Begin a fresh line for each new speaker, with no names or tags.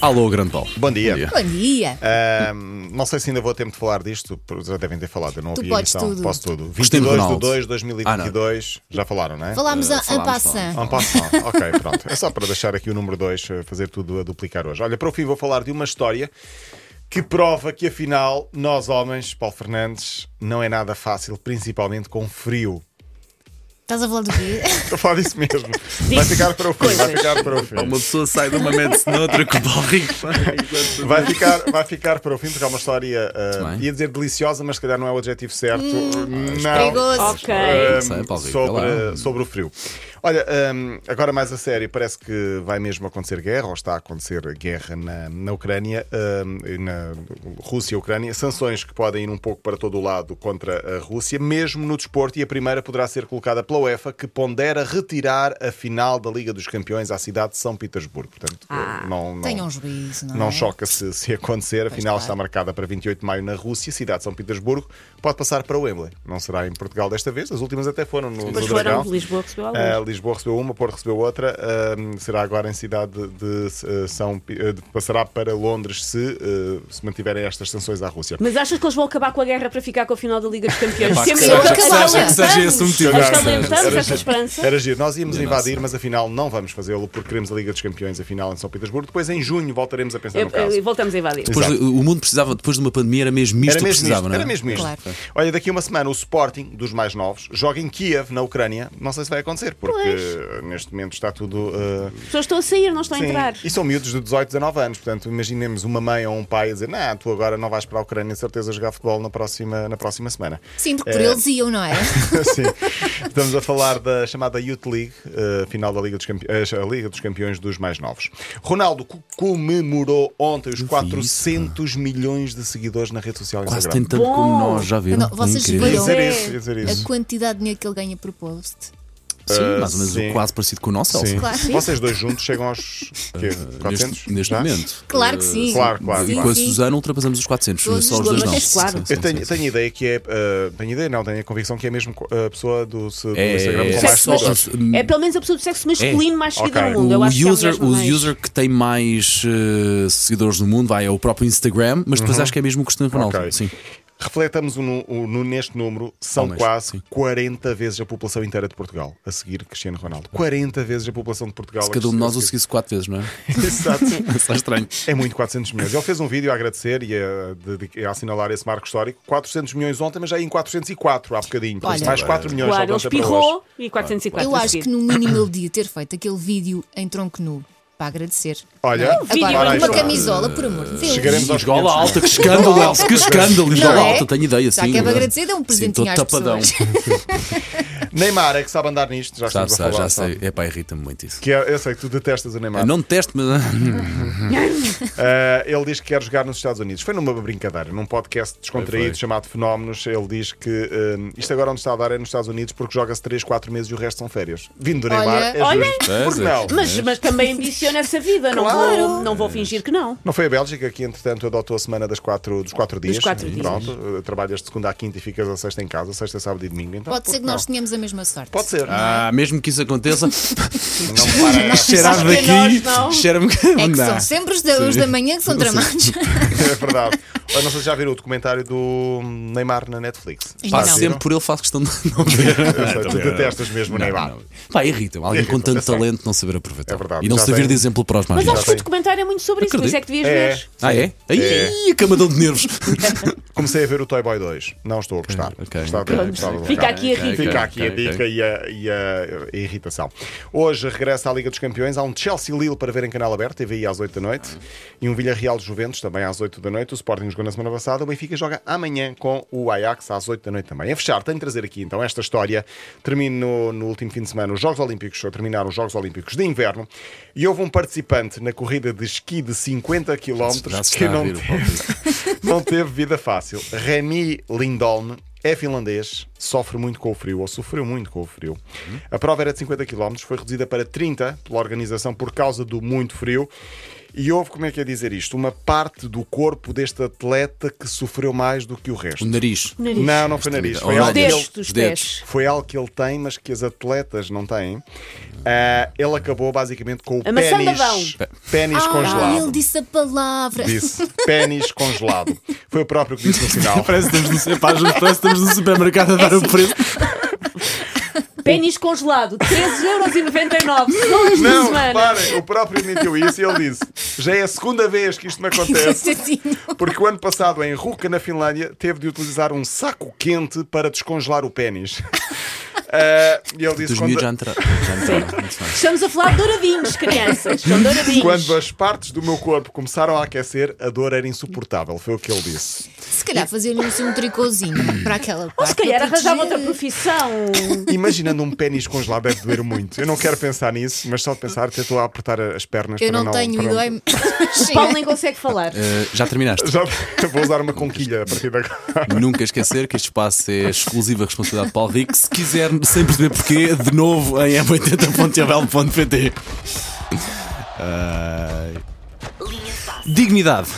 Alô, grande Paulo.
Bom dia.
Bom dia.
Bom dia.
É, Ahm, não sei se ainda vou ter tempo de falar disto, porque já devem ter falado, eu não
Tu
ouvi a
podes
emissão.
tudo.
Posso tudo.
Cristiano
22 de
Ronaldo.
2 de 2022, já falaram, não é?
Falámos
eh,
a en
falámos,
passant.
En passant. ok, pronto. É só para deixar aqui o número 2, fazer tudo a duplicar hoje. Olha, para o fim vou falar de uma história que prova que afinal nós homens, Paulo Fernandes, não é nada fácil, principalmente com frio.
Estás a falar do quê?
Estou a falar disso mesmo. Vai ficar para o fim, vai
Coisas.
ficar para o fim.
Uma pessoa sai de uma mete-se noutra com o Paulo Rico. faz.
Vai ficar, vai ficar para o fim, porque é uma história, ah,
Muito bem.
ia dizer deliciosa, mas se calhar não é o adjetivo certo. Ah, não.
Hum, Perigoso.
Ok.
Ahm,
Sei, é Paulo Rico, vai lá.
sobre, sobre o frio. Olha, ahm, agora mais a sério, parece que vai mesmo acontecer guerra, ou está a acontecer guerra na, na Ucrânia, ahm, e na Rússia e Ucrânia, sanções que podem ir um pouco para todo o lado contra a Rússia, mesmo no desporto, e a primeira poderá ser colocada pela UEFA, que pondera retirar a final da Liga dos Campeões à cidade de São Petersburgo. Portanto, não, não,
Tenha um juízo, não,
não
é?
choca se, se acontecer, afinal
claro.
está marcada para 28 de maio na Rússia, cidade de São Petersburgo. Pode passar para Wembley. Não será em Portugal desta vez, as últimas até foram no,
Mas
no
foram
Dragão.
de Lisboa que recebeu a
Ah,
Eh,
luz.
Lisboa recebeu uma, Porto recebeu outra. ah, será agora em cidade de ah, São. Pi- ah, de- passará para Londres se, ah, se mantiverem estas sanções à Rússia.
Mas achas que eles vão acabar com a guerra para ficar com a final da Liga dos Campeões?
Pá,
Sempre
se
eu
acha-
acabava.
se acha que seja esse o motivo.
Era-
Acalentamos
era-
essa esperança.
Era giro. Nós íamos
Minha
invadir,
nossa.
mas afinal não vamos fazê-lo porque queremos a Liga dos Campeões, a final em São Petersburgo. Depois em junho voltaremos a pensar no
Eu-
caso.
eu- Voltamos a invadir.
Depois, o mundo precisava, depois de uma pandemia, era mesmo isto
Era
que
mesmo
precisava,
isto,
não é?
Era mesmo isto.
Claro.
Olha, daqui a uma semana o Sporting, dos mais novos, joga em Kiev, na Ucrânia. Não sei se vai acontecer, porque eh, neste momento está tudo. eh,
As pessoas estão a sair, não estão a
sim.
entrar.
E são miúdos de 18, 19 anos. Portanto, imaginemos uma mãe ou um pai a dizer: Não, tu agora não vais para a Ucrânia, de certeza, jogar futebol na próxima, na próxima semana.
Sim, porque por
É.
eles iam, não é?
Sim. Estamos a falar da chamada Youth League, eh, final da Liga dos, Campe- eh, a Liga dos Campeões dos Mais Novos. Ronaldo co- comemorou ontem os 400 milhões de seguidores na rede social
Quase
Instagram.
tem tanto
Bom.
como nós, já viram?
Não, vocês
Incrível.
Ia
viram?
dizer
É.
isso, ia dizer isso.
A quantidade de dinheiro que ele ganha por post.
Sim, mais ou menos
Ah, Sim.
quase parecido com o nosso, Elsa.
Sim.
Claro.
Então, Vocês dois juntos chegam aos quê? Tá? 400?
Ah, Neste, neste
Já?
momento.
Claro que sim.
Eh, claro, claro,
Sim,
Com a
sim.
Susana ultrapassamos os 400,
Todos
só os
os
dois não.
dois, claro.
Sim, sim,
Eu tenho,
sim,
tenho ideia que é. eh, tenho ideia, não, tenho a convicção que é mesmo co- a pessoa do, se- do
É,
Instagram
é,
com
é,
mais
Sexo,
só- É.
seguidores.
mas- É pelo menos a pessoa do sexo masculino mais seguida
Ok.
no mundo. Eu
o
acho que é a
user,
mesma
o
mais.
user que tem mais eh, seguidores no mundo vai, é o próprio Instagram, mas depois acho que é mesmo o Cristiano Ronaldo.
Uhum. Ok.
Sim.
Refletamos o nu- o nu- neste número, são
Homens,
quase
sim.
40 vezes a população inteira de Portugal a seguir Cristiano Ronaldo. 40 vezes a população de Portugal.
Se
a
cada um de nós o
seguir-
seguisse quatro vezes, não é?
Exato.
Isso é estranho.
É muito 400 milhões. Ele fez um vídeo a agradecer e a, de- a assinalar esse marco histórico. 400 milhões ontem, mas já em 404 há bocadinho. Portanto,
Olha.
mais 4 milhões
Claro, ele
só de ontem para hoje.
espirrou e 404.
Eu acho que no mínimo ele devia ter feito aquele vídeo em tronco nu para agradecer. é?
Olha,
vídeo
Agora,
em
uma
tronco.
camisola, por amor de Deus.
Chegaremos aos
Esgola
500
alta, que escândalo, Elsa, que escândalo. Esgola
Não é?
alta, tenho ideia,
Já
sim.
que é para
verdade.
agradecer, dá um
Sim,
presentinho
todo
às
tapadão.
pessoas.
Neymar é que sabe andar nisto, já
Sabe,
estamos a
sabe,
falar.
já sei. É pá, irrita-me muito isso.
Que é- eu sei que tu detestas o Neymar.
Não detesto, mas.
Ah, ele diz que quer jogar nos Estados Unidos. Foi numa brincadeira, num podcast descontraído
Foi, foi.
chamado Fenómenos. Ele diz que ah, isto agora onde está a dar é nos Estados Unidos porque joga-se 3, 4 meses e o resto são férias. Vindo do
Olha,
Neymar, é
olha.
justo.
Pois
Porque
é.
não?
Mas, mas também ambiciona essa vida, não, vou, não vou fingir que não.
Não foi a Bélgica que, entretanto, adotou a semana das quatro, dos quatro dias.
quatro dias.
Pronto, ah, trabalhas de segunda à quinta e ficas a sexta em casa, sexta, sábado e domingo. Então,
Pode ser que
por
nós
não?
tenhamos a mesma sorte.
Pode ser.
Ah, mesmo que isso aconteça,
Não para.
cheirar
Acho que é
daqui,
nós, não?
cheira-me que.
É que
Não.
são sempre os da, os da manhã que são tramados.
é verdade. Olha, não sei se já viram o documentário do Neymar na Netflix.
Ainda
Pá,
não. é
sempre por ele faço questão de não ver.
Eu sei, tu detestas mesmo o Neymar.
Então, Não. Pá, irrita-me. Alguém com
Irrita-me, eu
tanto
sei.
talento não saber aproveitar.
É verdade,
E não
já
saber
tem.
de exemplo para os mais
Mas acho
novos.
que o documentário é muito sobre isso, por isso é que devias
É.
ver.
Ah, é? Aí, acabadão de nervos.
Comecei a ver o Toy Boy 2. Não estou a gostar.
ok,
Está
ok.
bem, está bem.
Fica aqui a
Ok,
dica.
Fica
ok,
aqui a
ok,
dica
ok.
E, a, e a- a irritação. Hoje regressa à Liga dos Campeões. Há um Chelsea-Lille para ver em canal aberto, TVI às 8 da noite. E um Villarreal-Juventus também às 8 da noite. O Sporting jogou na semana passada. O Benfica joga amanhã com o Ajax às 8 da noite também. A fechar, tenho de trazer aqui então esta história. Termino no último fim de semana os Jogos Olímpicos, ou terminaram os Jogos Olímpicos de Inverno. E houve um participante na corrida de esqui de 50
Já
km
se
que
está a
não
rir o Paulo Rico.
não teve vida fácil. Remy Lindholm é finlandês, sofre muito com o frio, ou sofreu muito com o frio. A prova era de 50 km, foi reduzida para 30 pela organização por causa do muito frio. E houve, como é que é dizer isto? Uma parte do corpo deste atleta que sofreu mais do que o resto.
O nariz.
Nariz.
Não, não foi nariz. Foi algo, que
Orelhas.
Dedos
ele,
dos
Dedos.
pés.
foi algo que ele tem, mas que as atletas não têm. Ah, ele acabou basicamente com o
A maçã
pênis,
da
Pe-
pênis
Ah, ele
congelado.
disse a palavra.
Disse pênis congelado. Foi o próprio que disse no final.
Parece que estamos no, pá, parece que estamos no supermercado a dar o preço.
Pênis congelado, 13,99€ todas as
Não,
semanas.
reparem, o próprio emitiu isso e ele disse: Já é a segunda vez que isto me acontece. Porque o ano passado, em Ruca, na Finlândia, teve de utilizar um saco quente para descongelar o pênis. Ah, e ele disse:
Dos miúdos já
quando,
entraram. Já entraram. Muito bem.
Estamos a falar de douradinhos, crianças. São douradinhos.
quando as partes do meu corpo começaram a aquecer, a dor era insuportável. Foi o que ele disse.
Se calhar fazer-lhe assim um tricôzinho para aquela parte.
Ou se calhar
para
arranjava
proteger.
outra profissão.
Imaginando um pênis congelado deve doer muito. Eu não quero pensar nisso, mas só de pensar, tento lá apertar as pernas
Eu
para
não tenho
para
e dói-me.
O Paulo nem consegue falar.
Eh, já terminaste.
Já vou usar uma conquilha a partir de agora.
Nunca esquecer que este espaço é exclusiva responsabilidade de Paulo Rico. Se quiser, sem perceber porquê, de novo em m80.abel.pt. Ai. Dignidade.